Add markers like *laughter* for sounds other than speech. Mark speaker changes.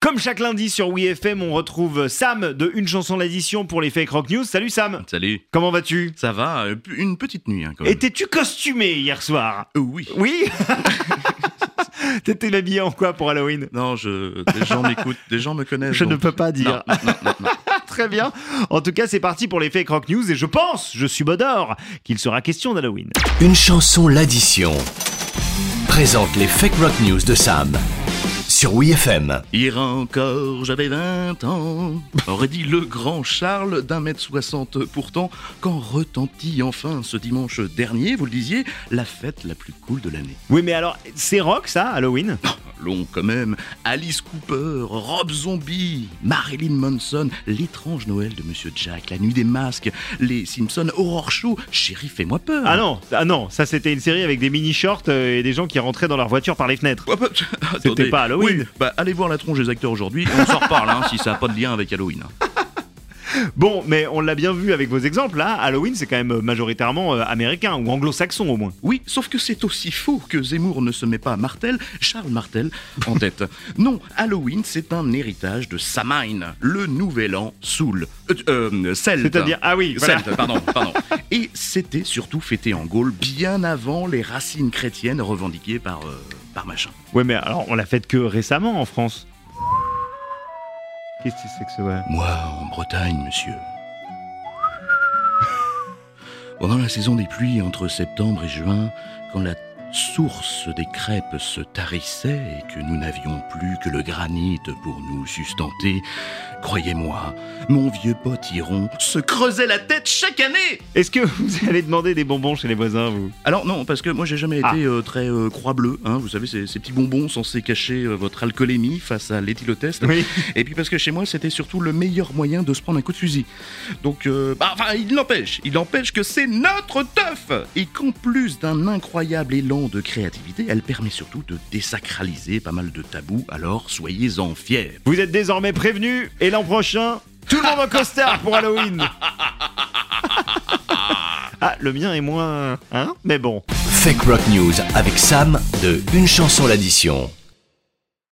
Speaker 1: Comme chaque lundi sur WeFM, on retrouve Sam de Une chanson l'addition pour les fake rock news. Salut Sam
Speaker 2: Salut.
Speaker 1: Comment vas-tu
Speaker 2: Ça va, euh, une petite nuit hein, quand même.
Speaker 1: Étais-tu costumé hier soir
Speaker 2: Euh, oui.
Speaker 1: Oui *laughs* T'étais habillé en quoi pour Halloween
Speaker 2: Non, je, des gens m'écoutent, des gens me connaissent.
Speaker 1: Je ne
Speaker 2: donc-
Speaker 1: peux pas dire.
Speaker 2: Non, non, non, non.
Speaker 1: Très bien. En tout cas, c'est parti pour les fake rock news et je pense, je suis Bodor, qu'il sera question d'Halloween.
Speaker 3: Une chanson l'addition présente les fake rock news de Sam sur WeFM.
Speaker 2: Hier encore, j'avais 20 ans, aurait dit le grand Charles d'un mètre soixante. Pourtant, quand retentit enfin ce dimanche dernier, vous le disiez, la fête la plus cool de l'année.
Speaker 1: Oui, mais alors, c'est rock ça, Halloween
Speaker 2: Long quand même, Alice Cooper, Rob Zombie, Marilyn Manson, l'étrange Noël de Monsieur Jack, la nuit des masques, les Simpsons, Horror Show, Chérie, fais-moi peur.
Speaker 1: Ah non, ah non, ça c'était une série avec des mini-shorts euh, et des gens qui rentraient dans leur voiture par les fenêtres.
Speaker 2: Oh, bah, *laughs* attendez.
Speaker 1: pas Halloween.
Speaker 2: Oui, bah, allez voir la tronche des acteurs aujourd'hui et on s'en reparle hein, si ça n'a pas de lien avec Halloween.
Speaker 1: Bon, mais on l'a bien vu avec vos exemples là, Halloween c'est quand même majoritairement euh, américain ou anglo-saxon au moins.
Speaker 2: Oui, sauf que c'est aussi faux que Zemmour ne se met pas à Martel, Charles Martel en tête. Non, Halloween, c'est un héritage de Samhain, le nouvel an soul. Euh, euh, celte.
Speaker 1: C'est-à-dire, ah oui, voilà.
Speaker 2: Celte, pardon, pardon. Et c'était surtout fêté en Gaule bien avant les racines chrétiennes revendiquées par, euh, par machin.
Speaker 1: Ouais, mais alors on l'a fait que récemment en France. Qu'est-ce que c'est que ce ouais
Speaker 2: Moi, en Bretagne, monsieur. Pendant la saison des pluies entre septembre et juin, quand la source des crêpes se tarissait et que nous n'avions plus que le granit pour nous sustenter, croyez-moi, mon vieux potiron se creusait la tête chaque année
Speaker 1: Est-ce que vous allez demander des bonbons chez les voisins vous
Speaker 2: alors non, parce que moi j'ai jamais été
Speaker 1: Ah.
Speaker 2: euh, très euh, croix bleue, hein, vous savez, ces, ces petits bonbons censés cacher euh, votre alcoolémie face à l'éthylotest.
Speaker 1: Oui.
Speaker 2: Et puis parce que chez moi c'était surtout le meilleur moyen de se prendre un coup de fusil. Donc, euh, bah, enfin, il n'empêche, il n'empêche que c'est notre teuf Et qu'en plus d'un incroyable élan de créativité, elle permet surtout de désacraliser pas mal de tabous, alors soyez-en fiers.
Speaker 1: Vous êtes désormais prévenus et l'an prochain, tout le monde en costard pour Halloween Ah, le mien est moins. Hein Mais bon.
Speaker 3: Fake rock news avec Sam de Une chanson l'addition.